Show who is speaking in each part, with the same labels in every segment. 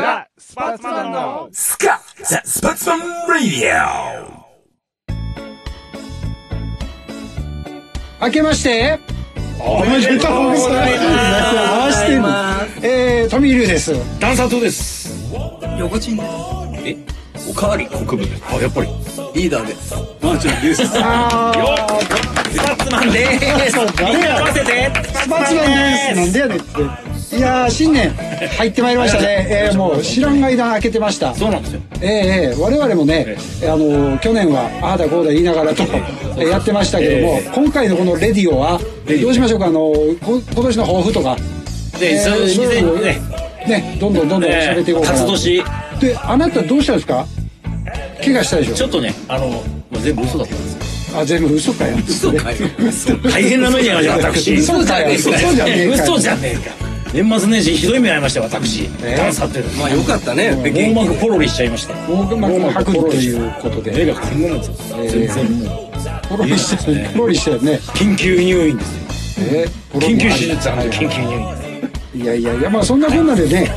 Speaker 1: スパッツマンの
Speaker 2: スカザ・スパッツマン・ラディオ
Speaker 3: 明けましておめでとうございます。回してる。えー、富井龍です。
Speaker 4: ダンサー党です。
Speaker 5: 横チンです。
Speaker 2: おかわり国分です。
Speaker 4: あ、やっぱり。
Speaker 5: リーダーです。
Speaker 2: マーチャンです。
Speaker 3: あー、
Speaker 2: スパッツマンでーす。
Speaker 3: 誰や
Speaker 2: 合わせて
Speaker 3: スパチマンです。なんでやねんって。いやー、新年入ってまいりましたね。えー、もう知らん間開けてました。
Speaker 4: そうなんですよ。
Speaker 3: えーえー我々もね、えーあのー去年はああだこうだ言いながらと、えーやってましたけども、今回のこのレディオは、どうしましょうか、あのーこ今年の抱負とか。
Speaker 4: で、その自然
Speaker 3: いろい
Speaker 4: に
Speaker 3: ろ
Speaker 4: ね、
Speaker 3: ね、どんどんどんどん喋っていこうかな
Speaker 4: 活
Speaker 3: と
Speaker 4: 動。し、
Speaker 3: で、あなたどうしたんですか怪我したでしょ
Speaker 4: ちょっとね、あの、まあ全部嘘だったんですよ。
Speaker 3: あ、全部嘘かよ。嘘
Speaker 5: かよ。
Speaker 4: 大変な目に遭いました、私。
Speaker 3: 嘘じゃねえか
Speaker 4: 嘘じゃねえか。
Speaker 3: 嘘
Speaker 4: 嘘
Speaker 3: じ
Speaker 4: じ
Speaker 3: ゃ
Speaker 4: ゃねえか。年末年始、ひどい目に遭いました、私。
Speaker 3: え
Speaker 4: ダンサーっていうの
Speaker 5: まあよかったね。
Speaker 4: は。網膜ポロリしちゃいました。
Speaker 3: 大幕も吐くということで。
Speaker 4: 目が看護なんですよ。全然もう。
Speaker 3: ポロリしたよね。ポロリしたよね。
Speaker 4: 緊急入院ですよ。
Speaker 3: えーポロリ
Speaker 4: 緊急手術緊急入院。
Speaker 3: いやいやいや、まあそんなこんなでね。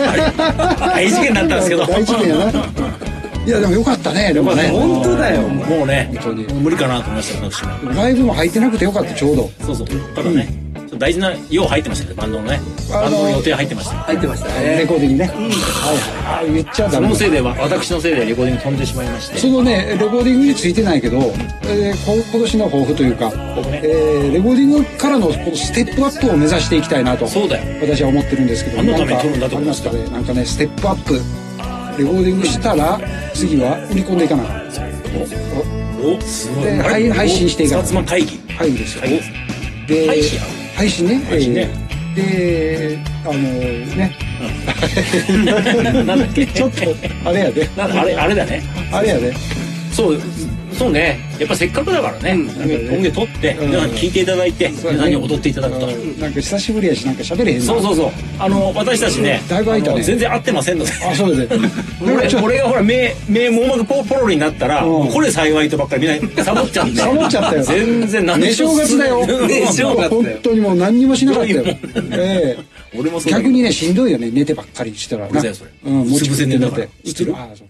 Speaker 4: 大事件だったんですけど
Speaker 3: 大事件やな。いや、でもよかったね。でもね。
Speaker 5: 本当だよ。
Speaker 4: もうね、
Speaker 3: 当に
Speaker 4: もう無理かなと思いました、私も。
Speaker 3: ライブも入ってなくてよかった、ちょうど。
Speaker 4: そうそう。ただね、ちょっと大事な用入ってましたけど、バンドのね。バ
Speaker 3: あの
Speaker 4: ンドの予定入ってました。
Speaker 5: 入ってましたね。
Speaker 3: レコーディングね。はいはい。あ言っちゃダ
Speaker 4: そ
Speaker 3: メ
Speaker 4: の
Speaker 3: だ。
Speaker 4: せいでわ私のせいでレコーディング飛んでしまいまして
Speaker 3: そのね、レコーディングについてないけど、えー、こ今年の抱負というか、
Speaker 4: ね
Speaker 3: えーレコーディングからのこのステップアップを目指していきたいなと、
Speaker 4: そうだよ
Speaker 3: 私は思ってるんですけど、
Speaker 4: 何の
Speaker 3: な
Speaker 4: た
Speaker 3: ん
Speaker 4: めに
Speaker 3: かあ
Speaker 4: 撮るんだと
Speaker 3: り
Speaker 4: 思い
Speaker 3: ま
Speaker 4: ますす
Speaker 3: か
Speaker 4: か
Speaker 3: ね、なんかね、ステップアップ、レコーディングしたら、次は売り込んでいかなあかん
Speaker 4: おすごい
Speaker 3: で
Speaker 4: あれ
Speaker 3: 配配信していいか
Speaker 4: お
Speaker 3: ら
Speaker 4: 薩摩会議
Speaker 3: はい、ですよ。
Speaker 4: お
Speaker 3: で
Speaker 4: 配信や
Speaker 3: 配信ね
Speaker 4: 配信ね
Speaker 3: えーであの ね、
Speaker 4: なんだっけ
Speaker 3: ちょっとあれやで
Speaker 4: なんだあれあれだね
Speaker 3: あれやで
Speaker 4: そうそうねやっぱせっかくだからね、なんか音源取って、
Speaker 3: ん
Speaker 4: 皆さん聴いていただいて、
Speaker 3: そうや
Speaker 4: 皆
Speaker 3: ね
Speaker 4: さんに踊っていただくと、
Speaker 3: うんなんか久しぶりやしなんか喋れへんな
Speaker 4: そうそうそうあの私たちね
Speaker 3: だいぶ空いたね
Speaker 4: あの全然合ってませんので
Speaker 3: あそうやで
Speaker 4: 俺
Speaker 3: ちょっと
Speaker 4: 俺がほら目目網膜ポポロリになったら、
Speaker 3: うん
Speaker 4: これ幸いとばっかり みんなサボっちゃって
Speaker 3: サボっちゃったよ
Speaker 4: 全然何
Speaker 3: 寝正月だよ
Speaker 4: 寝正月
Speaker 3: 本当にもう何にもしなかったよ
Speaker 4: どういうもん
Speaker 3: え
Speaker 4: 俺も
Speaker 3: え
Speaker 4: そうだけ
Speaker 3: 逆
Speaker 4: ど
Speaker 3: にねしんどいよね寝てばっかりしたら
Speaker 4: うるさいよそれ
Speaker 3: うん
Speaker 4: う
Speaker 3: 持ち
Speaker 4: つ伏せ
Speaker 3: て
Speaker 4: 寝だから
Speaker 3: うつるあそう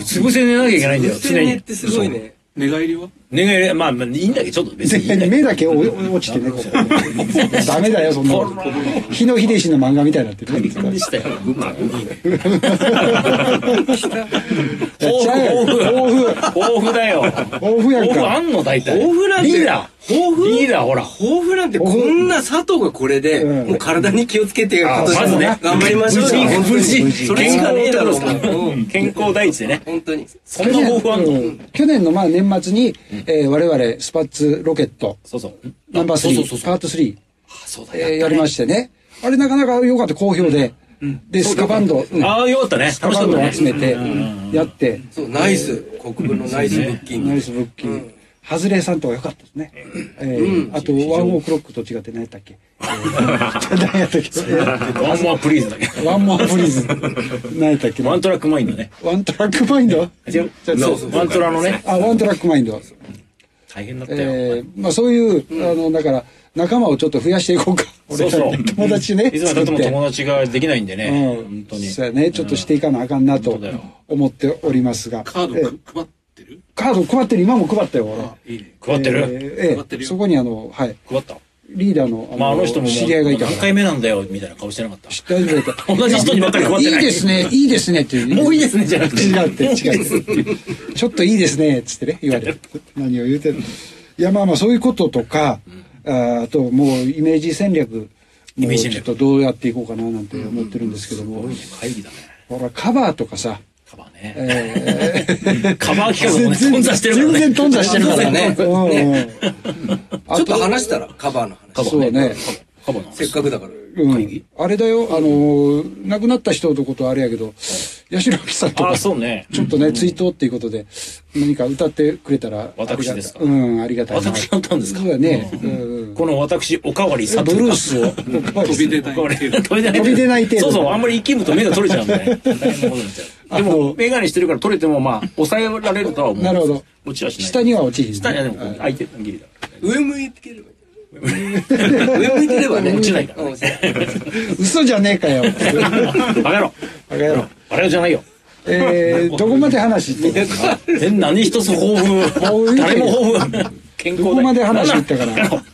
Speaker 4: うつ伏せ寝なきゃいけないんだよ常
Speaker 5: ね
Speaker 4: に
Speaker 5: ってすごいね。
Speaker 2: 寝返りは
Speaker 4: 寝返りまあまあいいんだけどちょっと別にいいんだけ
Speaker 3: で
Speaker 4: ど
Speaker 3: 目だけお落ちてねこうダメだよそんなの日野秀氏の漫画みたいになってるね
Speaker 4: でしたよまあいいね
Speaker 3: やっちゃえよ
Speaker 4: 抱負抱負だよ
Speaker 3: 抱負やん
Speaker 4: 抱負あ
Speaker 3: か
Speaker 4: んの大体
Speaker 5: 抱負なんて
Speaker 4: リーダー
Speaker 5: 抱負
Speaker 4: リーダーほら
Speaker 5: 抱負なんてこんな佐藤がこれで、
Speaker 3: うん
Speaker 5: もう体に気をつけて、今
Speaker 4: ま
Speaker 5: 年
Speaker 4: ず
Speaker 5: も
Speaker 4: ね
Speaker 5: 頑張りましょうよ。本当
Speaker 4: 無
Speaker 5: に
Speaker 4: 事無事
Speaker 5: それしかねえだろう
Speaker 4: 健康うん健康第一でね
Speaker 5: 本当に。
Speaker 4: そんな抱負あん
Speaker 3: 去
Speaker 4: の
Speaker 3: 年うん去年のまあ年末に、えー我々スパッツロケット
Speaker 4: そうそう
Speaker 3: ナンバー
Speaker 4: そうそうそう
Speaker 3: 3
Speaker 4: そう
Speaker 3: パート3、
Speaker 4: そうだ
Speaker 3: えーやりましてねあれなかなか良かった好評で、でスカバンド、うん
Speaker 4: ああよかったね楽
Speaker 3: ス
Speaker 4: し
Speaker 3: カバ
Speaker 4: かっ
Speaker 3: ン
Speaker 4: た
Speaker 3: ドを
Speaker 4: ね
Speaker 3: 集めてやって
Speaker 5: そう、ナイス。国分のナイスブッキング。
Speaker 3: ナイスブッキングハズレさんとか良かったですね、えーあとワンオクロックと違って何やった っけ、えー何やったっけ
Speaker 4: ワンモアプリーズだけど
Speaker 3: ワンモアプリーズ何やったっけ
Speaker 4: ワ
Speaker 3: ワ
Speaker 4: ントラックマインだね
Speaker 3: ントラックマイン
Speaker 4: 違
Speaker 3: ド
Speaker 4: う
Speaker 3: じゃあそう
Speaker 4: ワントラのね
Speaker 3: あワントラックマインド
Speaker 4: 大変だったよ
Speaker 3: えーまあ、そういう、あのだから仲間をちょっと増やしていこうか俺
Speaker 4: そう
Speaker 3: ら
Speaker 4: そう
Speaker 3: ね友達ね
Speaker 4: いつまでたっても友達ができないんでね
Speaker 3: うん
Speaker 4: 本当に
Speaker 3: そうやねちょっとしていかなあかんなと
Speaker 4: 本当だよ
Speaker 3: 思っておりますが
Speaker 2: カ
Speaker 3: え
Speaker 2: ー
Speaker 3: ー
Speaker 2: ド配ってる
Speaker 3: カード配ってる今も配ったよ俺
Speaker 2: いいね。
Speaker 4: 配ってる
Speaker 3: えーえー
Speaker 2: 配ってるよ
Speaker 3: そこにあのはい
Speaker 4: 配った
Speaker 3: リーダーのあの,、
Speaker 4: まああの人ももう
Speaker 3: 知り合いがいたか
Speaker 4: 何
Speaker 3: ら
Speaker 4: 回目なんだよみたいな顔してなかった
Speaker 3: 大丈夫だった
Speaker 4: 同じ人にばっかり配ってない
Speaker 3: いですねいいですねって
Speaker 4: もういい
Speaker 3: で
Speaker 4: ですねじゃなくて
Speaker 3: 違うって違うってちょっといいですねっつってね言われる何を言うてるいやまあまあそういうこととか、あーあともうイメージ戦略
Speaker 4: イ
Speaker 3: も
Speaker 4: メー
Speaker 3: う
Speaker 4: ジ
Speaker 3: ち
Speaker 4: 戦
Speaker 3: ょ
Speaker 4: 略
Speaker 3: っとどうやっていこうかななんて思ってるんですけども、
Speaker 4: 会議だね
Speaker 3: ほらカバーとかさ、
Speaker 4: カバーね
Speaker 3: えー
Speaker 4: カバー企画もね頓挫してるからね
Speaker 3: 全然頓挫してるから
Speaker 5: ね
Speaker 3: うんうんあ
Speaker 5: ちょっと話したら、カバーの話。
Speaker 3: そうね
Speaker 4: カバーの
Speaker 5: せっかくだから。
Speaker 3: うん、あれだよあのー亡くなった人のことはあれやけど八代亜紀さんと
Speaker 4: あ
Speaker 3: か
Speaker 4: あそうね
Speaker 3: ちょっとね、追悼っていうことで、何か歌ってくれたら、
Speaker 4: 私ですか
Speaker 3: ありがたうん、ありがたいな。
Speaker 4: 私が歌うんですか
Speaker 3: そうだね。うん。
Speaker 4: この私おかわりさ
Speaker 3: ブ
Speaker 4: と
Speaker 3: ルースを、
Speaker 2: 飛び出たい
Speaker 4: これ飛び出
Speaker 3: 飛び出ない程度
Speaker 4: そうそうあんまり息むと目が取れちゃうんで ね大変なことになっちゃうで
Speaker 3: あ
Speaker 4: も
Speaker 3: の
Speaker 4: 眼鏡してるから取れてもまあ抑えられるとは思う
Speaker 3: なるほど
Speaker 4: 落ちはしない
Speaker 3: 下には落ちひん。
Speaker 4: 下にはでも相手ギリだ
Speaker 5: 上向いてければいい。上向いてればね。
Speaker 4: 落ちないから
Speaker 5: うんそう
Speaker 3: 嘘じゃねえかよ。
Speaker 4: バカ野郎
Speaker 3: バカ野郎。
Speaker 4: あれじゃないよ。
Speaker 3: えー、どこまで話行って
Speaker 4: え何一つ抱負。誰も抱負。健康だよ
Speaker 3: どこまで話していったかな
Speaker 4: なんだ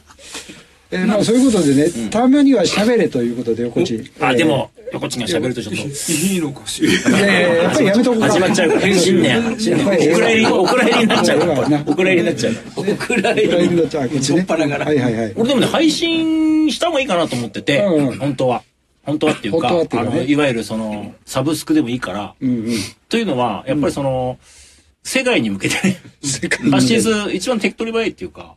Speaker 3: えーまあそういうことでね、たまには喋れということで、横地。
Speaker 4: あ、
Speaker 3: えー
Speaker 4: で。も、横地が喋るとちょっと。
Speaker 5: いいのかしら。
Speaker 3: いやいややっぱりやめとこうか。
Speaker 4: 始まっち ゃうから。新年。新年。お蔵入り、お蔵入りにな っちゃうから。お蔵入りになっちゃうから。
Speaker 5: 僕ら
Speaker 3: ぐらいになっちゃう。あこっちね
Speaker 5: しょっぱながら
Speaker 3: はいはいはい。
Speaker 4: 俺でもね、配信した方がいいかなと思ってて
Speaker 3: うんうん、
Speaker 4: 本当は。本当はっていうか、
Speaker 3: 本当はってい
Speaker 4: あ
Speaker 3: うかね
Speaker 4: の、いわゆるその、サブスクでもいいから、
Speaker 3: うんうん。
Speaker 4: というのは、やっぱりその、世界に向けてね、発信する一番手っ取り早いっていうか、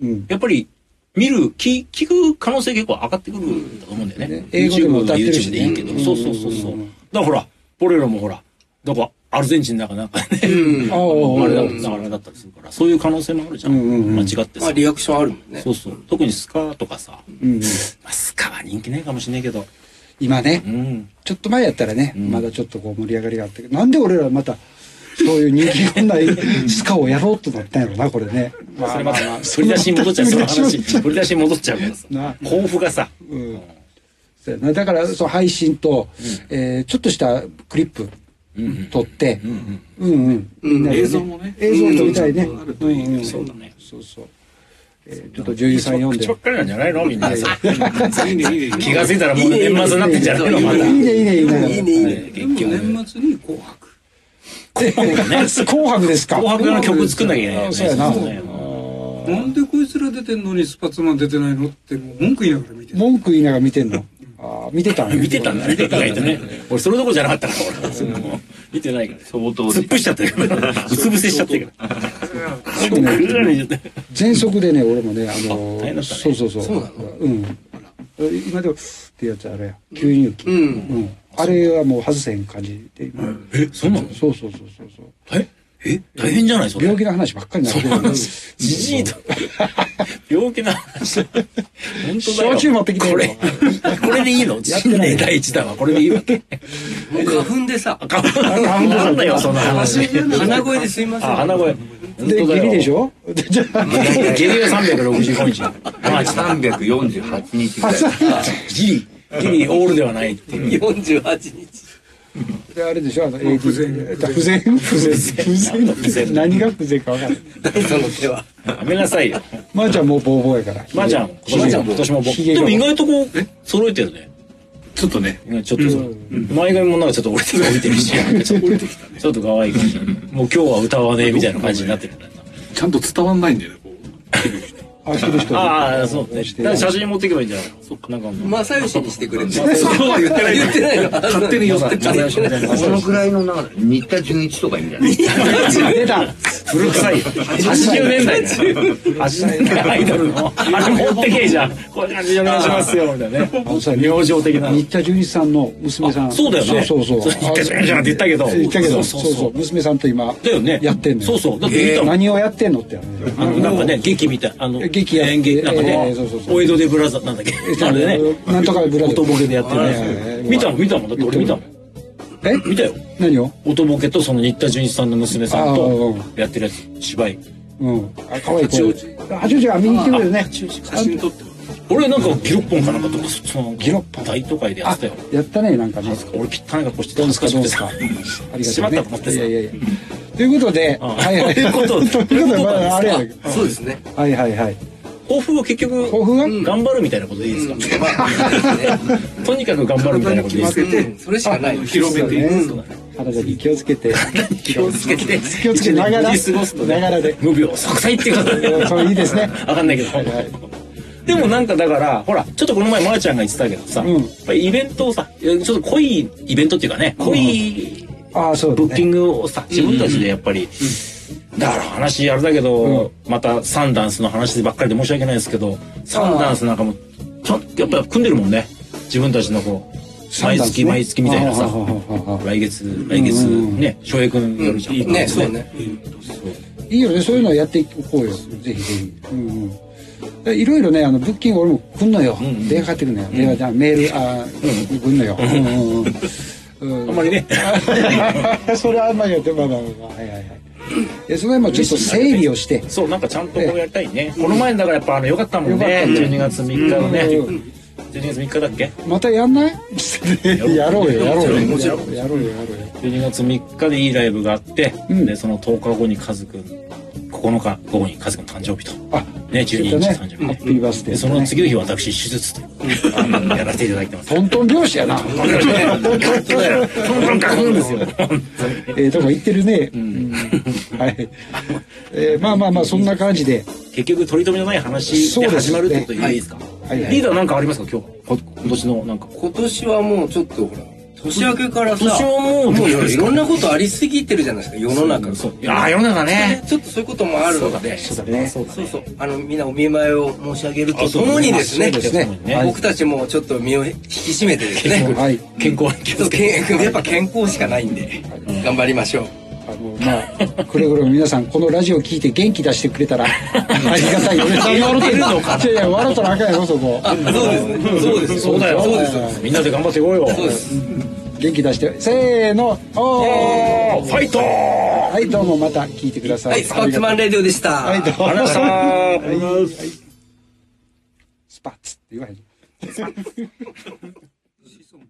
Speaker 3: うん。
Speaker 4: やっぱり、見る、聞聞く可能性結構上がってくるんだと思うんだよね
Speaker 3: ね。英語でも歌ってる
Speaker 4: YouTube
Speaker 3: し
Speaker 4: で
Speaker 3: ね
Speaker 4: いいけど。そうそうそうそう。だからほら、俺らもほら、どこ、アルゼンチンなんかなんかね、
Speaker 3: あ あ、
Speaker 4: あ
Speaker 3: あ
Speaker 4: れ
Speaker 3: れ
Speaker 4: だだ
Speaker 3: だ。
Speaker 4: からだったりするから、そういう可能性もあるじゃん。
Speaker 3: うんうんうん
Speaker 4: 間違って
Speaker 5: まあ
Speaker 4: さ。
Speaker 5: リアクションあるもんね。
Speaker 4: そうそう。特にスカとかさ、
Speaker 3: うん。
Speaker 4: まあ、スカは人気ないかもしれないけど、
Speaker 3: 今ね
Speaker 4: う、ん。
Speaker 3: ちょっと前やったらね、まだちょっとこう盛り上がりがあったけど、なんで俺らまた、そういう人気こんないスカをやろうとなったんやろな、これね。ま
Speaker 4: それまた、振り出しに戻っちゃう、その話。 振り出しに戻っちゃうからさ
Speaker 3: な。
Speaker 4: 甲府がさ、
Speaker 3: うんそうやなだからその配信と、えーちょっとしたクリップ撮って、うんうんみんなでね
Speaker 5: 映像もね
Speaker 3: 映像撮りたいね。
Speaker 5: うん
Speaker 3: うんうん
Speaker 4: そうだね。
Speaker 3: そうそう。えーちょっと女優さん読んで
Speaker 4: 口ば。っかりなんじゃないのみんな さ。
Speaker 5: いいねいいね
Speaker 4: 気がついたらもう年末になってんじゃないのま
Speaker 3: い
Speaker 4: だ。
Speaker 3: いねいいねいいね。
Speaker 5: いいねいいね。
Speaker 4: 結
Speaker 5: で
Speaker 4: 局
Speaker 5: も
Speaker 4: ね
Speaker 5: 年末に紅白。
Speaker 3: 紅白ですか。
Speaker 4: 紅白用の曲作んなきゃいけないよね。
Speaker 3: そうやな。
Speaker 4: ね
Speaker 1: なんでこいつら出てんのにスパツマン出てないのってもう文句言いながら見てる。
Speaker 3: 文句言いながら見てんの。ああ見てたんや
Speaker 4: 見てたんだね、意外とね。俺、それどころじゃなかったから、俺。 もう見てないから。
Speaker 6: 相当
Speaker 4: 突っ伏しちゃってるから。 うつ伏せしちゃってるから。
Speaker 3: そうね
Speaker 4: ぐらいに言って
Speaker 3: 喘息でね俺もねあの
Speaker 4: 大変だったね
Speaker 3: そうそうそう
Speaker 5: そうなの
Speaker 3: ん今でもってやつあれや吸入器
Speaker 5: うん
Speaker 3: うんあれはもう外せへん感じで今
Speaker 4: え、そうなの
Speaker 3: そうそうそうそうそう
Speaker 4: ええ大変じゃないそれ。
Speaker 3: 病気の話ばっかりになってるんです
Speaker 4: じじい と。病気な話。本当だよ。
Speaker 3: 焼酎持ってきて
Speaker 4: こ
Speaker 3: よ
Speaker 4: れ、これでいいの新年第一弾はこれでいいわけ。
Speaker 5: もう花粉でさ、
Speaker 4: あかんなんだよ、その話。
Speaker 5: 鼻声ですいません。
Speaker 4: あ、鼻声。
Speaker 3: で
Speaker 4: 本当だ
Speaker 3: 下
Speaker 4: よ
Speaker 3: 痢でしょでじゃあ
Speaker 4: ゲリが365日。 マジだ。
Speaker 6: 348日ぐらい。
Speaker 4: ギリ、ギリオールではないっていう。
Speaker 5: 48日。
Speaker 3: であれでしょあの AD 不全不全不全不全何が不全か分からない
Speaker 5: 何その手は。
Speaker 4: やめなさいよ。
Speaker 3: まーちゃんもうボーボーやから
Speaker 4: まあちゃん、
Speaker 3: ひげ
Speaker 4: まあちゃん今年も僕。
Speaker 3: ひげ
Speaker 4: で
Speaker 3: が
Speaker 4: も意外とこう、揃えてるね。
Speaker 6: ちょっとね、
Speaker 4: ねちょっとそう、前髪もなんかちょっと折れてる、折れてるし。ちょっと折れてきたね。ちょっと可愛い感じ。もう今日は歌わねえみたいな感じになってるからな。
Speaker 6: ちゃんと伝わんないんだよね、こ
Speaker 3: あ着てる人
Speaker 4: ああ、そうね。だから写真持っていけばいいんじゃないのそっか、なんかもう。
Speaker 5: 正義にしてくれって。そうは言ってない。言ってないの。勝手に寄せ
Speaker 4: 仲良しみたいな
Speaker 6: う。このくらいの中で、新田純一とかいるんじゃない
Speaker 3: 出た
Speaker 4: 古臭いよ。80年代だよ。80年代アイドルの。あれ持ってけえじゃん。 こういう感じでお願いしますよ、みたいなね。
Speaker 3: あのさ
Speaker 4: 明星的な。
Speaker 3: 新田純一さんの娘さん
Speaker 4: そうだよね。
Speaker 3: そうそうそう
Speaker 4: 言ったじゃん、言ったけど。
Speaker 3: 言ったけど
Speaker 4: そ
Speaker 3: そうう
Speaker 4: そ
Speaker 3: そうう
Speaker 4: そう。
Speaker 3: 娘さんと今
Speaker 4: だよね。
Speaker 3: やってんのよ
Speaker 4: そうそう。だって見たもん
Speaker 3: 何をやってんのってやる
Speaker 4: あのなんかね、劇みたい。あの、
Speaker 3: 劇やって
Speaker 4: 演劇、なんか
Speaker 3: え
Speaker 4: ね
Speaker 3: ーそうそう、そう
Speaker 4: お江戸でブラザー、なんだっけ。あれね。
Speaker 3: なんとかブラザー
Speaker 4: 音ボケでやってる
Speaker 3: はいはいは
Speaker 4: ね
Speaker 3: い。
Speaker 4: 見たもん、見たもん。だって俺見たもん。
Speaker 3: え
Speaker 4: 見たよ。
Speaker 3: 何を
Speaker 4: 音ボケとその新田純一さんの娘さん
Speaker 3: あ
Speaker 4: と
Speaker 3: ー
Speaker 4: やってるやつ、芝居。
Speaker 3: うんあ可愛い子八王子八王子は見に来てくれるね
Speaker 5: 写真撮っても
Speaker 4: 俺なんかギロッポンかなんかとか、その、
Speaker 3: ギロッポン
Speaker 4: 大都会でやっ
Speaker 3: あ
Speaker 4: てたよ。
Speaker 3: やったねなんかね
Speaker 4: 俺汚い格好してて
Speaker 3: どう
Speaker 4: 恥
Speaker 3: で
Speaker 4: ず
Speaker 3: す
Speaker 4: か
Speaker 3: か
Speaker 4: しく
Speaker 3: どう
Speaker 4: て
Speaker 3: です
Speaker 4: さ
Speaker 3: かありが
Speaker 4: し
Speaker 3: と
Speaker 4: ま
Speaker 3: う
Speaker 4: った
Speaker 3: ね
Speaker 4: と思って
Speaker 3: い
Speaker 4: さ
Speaker 3: やいやいやということで
Speaker 4: あ
Speaker 3: はいはい
Speaker 4: ということで
Speaker 3: ということでまだあれやね
Speaker 5: そうですね。
Speaker 3: はいはいはい
Speaker 4: 抱負は結局
Speaker 3: 抱負は
Speaker 4: 頑張るみたいなことでいいですか、 とにかく頑張るみたいなことでいいですか
Speaker 5: うんそれしかない。
Speaker 3: 広めて体に気をつけて
Speaker 4: 気をつけて
Speaker 3: 気をつけながら
Speaker 4: 一年乗り過ごすとね
Speaker 3: ながらで
Speaker 4: 無病息災っていうこと
Speaker 3: いやそれいいですね
Speaker 4: 分かんないけど、
Speaker 3: はいはい
Speaker 4: でもなんかだからほらちょっとこの前まーちゃんが言ってたけどさ、
Speaker 3: うん
Speaker 4: やっぱりイベントをさちょっと濃いイベントっていうかね濃い
Speaker 3: ああそう
Speaker 4: ブ
Speaker 3: だ
Speaker 4: ッキン
Speaker 3: ね
Speaker 4: グをさ自分たちでやっぱり、だから話あれだけど、またサンダンスの話ばっかりで申し訳ないですけどサンダンスなんかもちょっとやっぱ組んでるもんね自分たちのこう
Speaker 3: サン
Speaker 4: 毎
Speaker 3: ダンス
Speaker 4: 月
Speaker 3: ね
Speaker 4: 毎月みたいなさ
Speaker 3: ああああああ
Speaker 4: 来月来月ね翔平君やるじゃん、
Speaker 5: ね、そうね。
Speaker 3: いいよねそういうのやっていこうよぜひぜひうんうんでいろいろねあのブッキング俺も来んのよ、電話かかってくんのよ、電話じゃあメールあー、来んのよ、うんうんうん
Speaker 4: あんまりね
Speaker 3: それはあんまりやってまあまあまあはいはいはいえその辺もちょっと整理をして
Speaker 4: そうなんかちゃんとこうやりたいね、この前だからやっぱあのよかったもんね12月3日のね、
Speaker 3: うん
Speaker 4: 12月3日だっけ
Speaker 3: またやんない やろうよやろうよ
Speaker 4: もちろん
Speaker 3: やろうよやろうよ
Speaker 4: 12月3日でいいライブがあって、
Speaker 3: うん
Speaker 4: でその10日後にカズくん9日午後にカズくん誕生日と
Speaker 3: あ
Speaker 4: ね12日
Speaker 3: ちょっとね
Speaker 4: 誕生日
Speaker 3: ハ
Speaker 4: ね
Speaker 3: ッピーバースデー
Speaker 4: でその次の日私手術というあのやらせていただいて ます
Speaker 3: トントン拍子やな
Speaker 4: 本当ですよ
Speaker 3: ええとこ行ってるね、うんはい、えーまあまあまあそんな感じで
Speaker 4: 結局取り留めのない話で始まるってことでいいですか
Speaker 3: はいはい
Speaker 4: リーダーなんかありますか今日こ今年のなんか
Speaker 5: 今年はもうちょっとほら、年明けからさ、
Speaker 4: 今年はもう
Speaker 5: もういろんなことありすぎてるじゃないですか、世の中が。
Speaker 4: そういやー世の中ね
Speaker 5: ちょっとそういうこともあるので、
Speaker 4: そうだねそうだ
Speaker 5: そう
Speaker 4: ね
Speaker 5: そう、あの、みんなお見舞いを申し上げるとともにですね、
Speaker 3: そうですね
Speaker 4: ね
Speaker 5: 僕たちもちょっと身を引き締めてですね、
Speaker 3: はい
Speaker 4: 健康に気
Speaker 5: ちょ
Speaker 4: を
Speaker 5: っ
Speaker 4: つ
Speaker 5: と
Speaker 4: けて
Speaker 5: けんやっぱ健康しかないんで、頑張りましょう。
Speaker 3: あのまあくれぐれも皆さんこのラジオ聞いて元気出してく れたらありがたいよね
Speaker 4: そんな笑ってるのかない
Speaker 3: やいや笑ったらあかんやろそこ
Speaker 5: あ、そうですね。そうです。
Speaker 4: そうだよ
Speaker 5: そうです。そうです
Speaker 4: みんなで頑張っていこうよ
Speaker 5: そうです。
Speaker 3: 元気出してせーのおー
Speaker 4: ファイトー
Speaker 3: はいどうもまた聞いてください、
Speaker 5: はい、スパッツマンレディオでした。
Speaker 3: はいどうも
Speaker 4: ありがとうございました
Speaker 3: スパッツって言わへん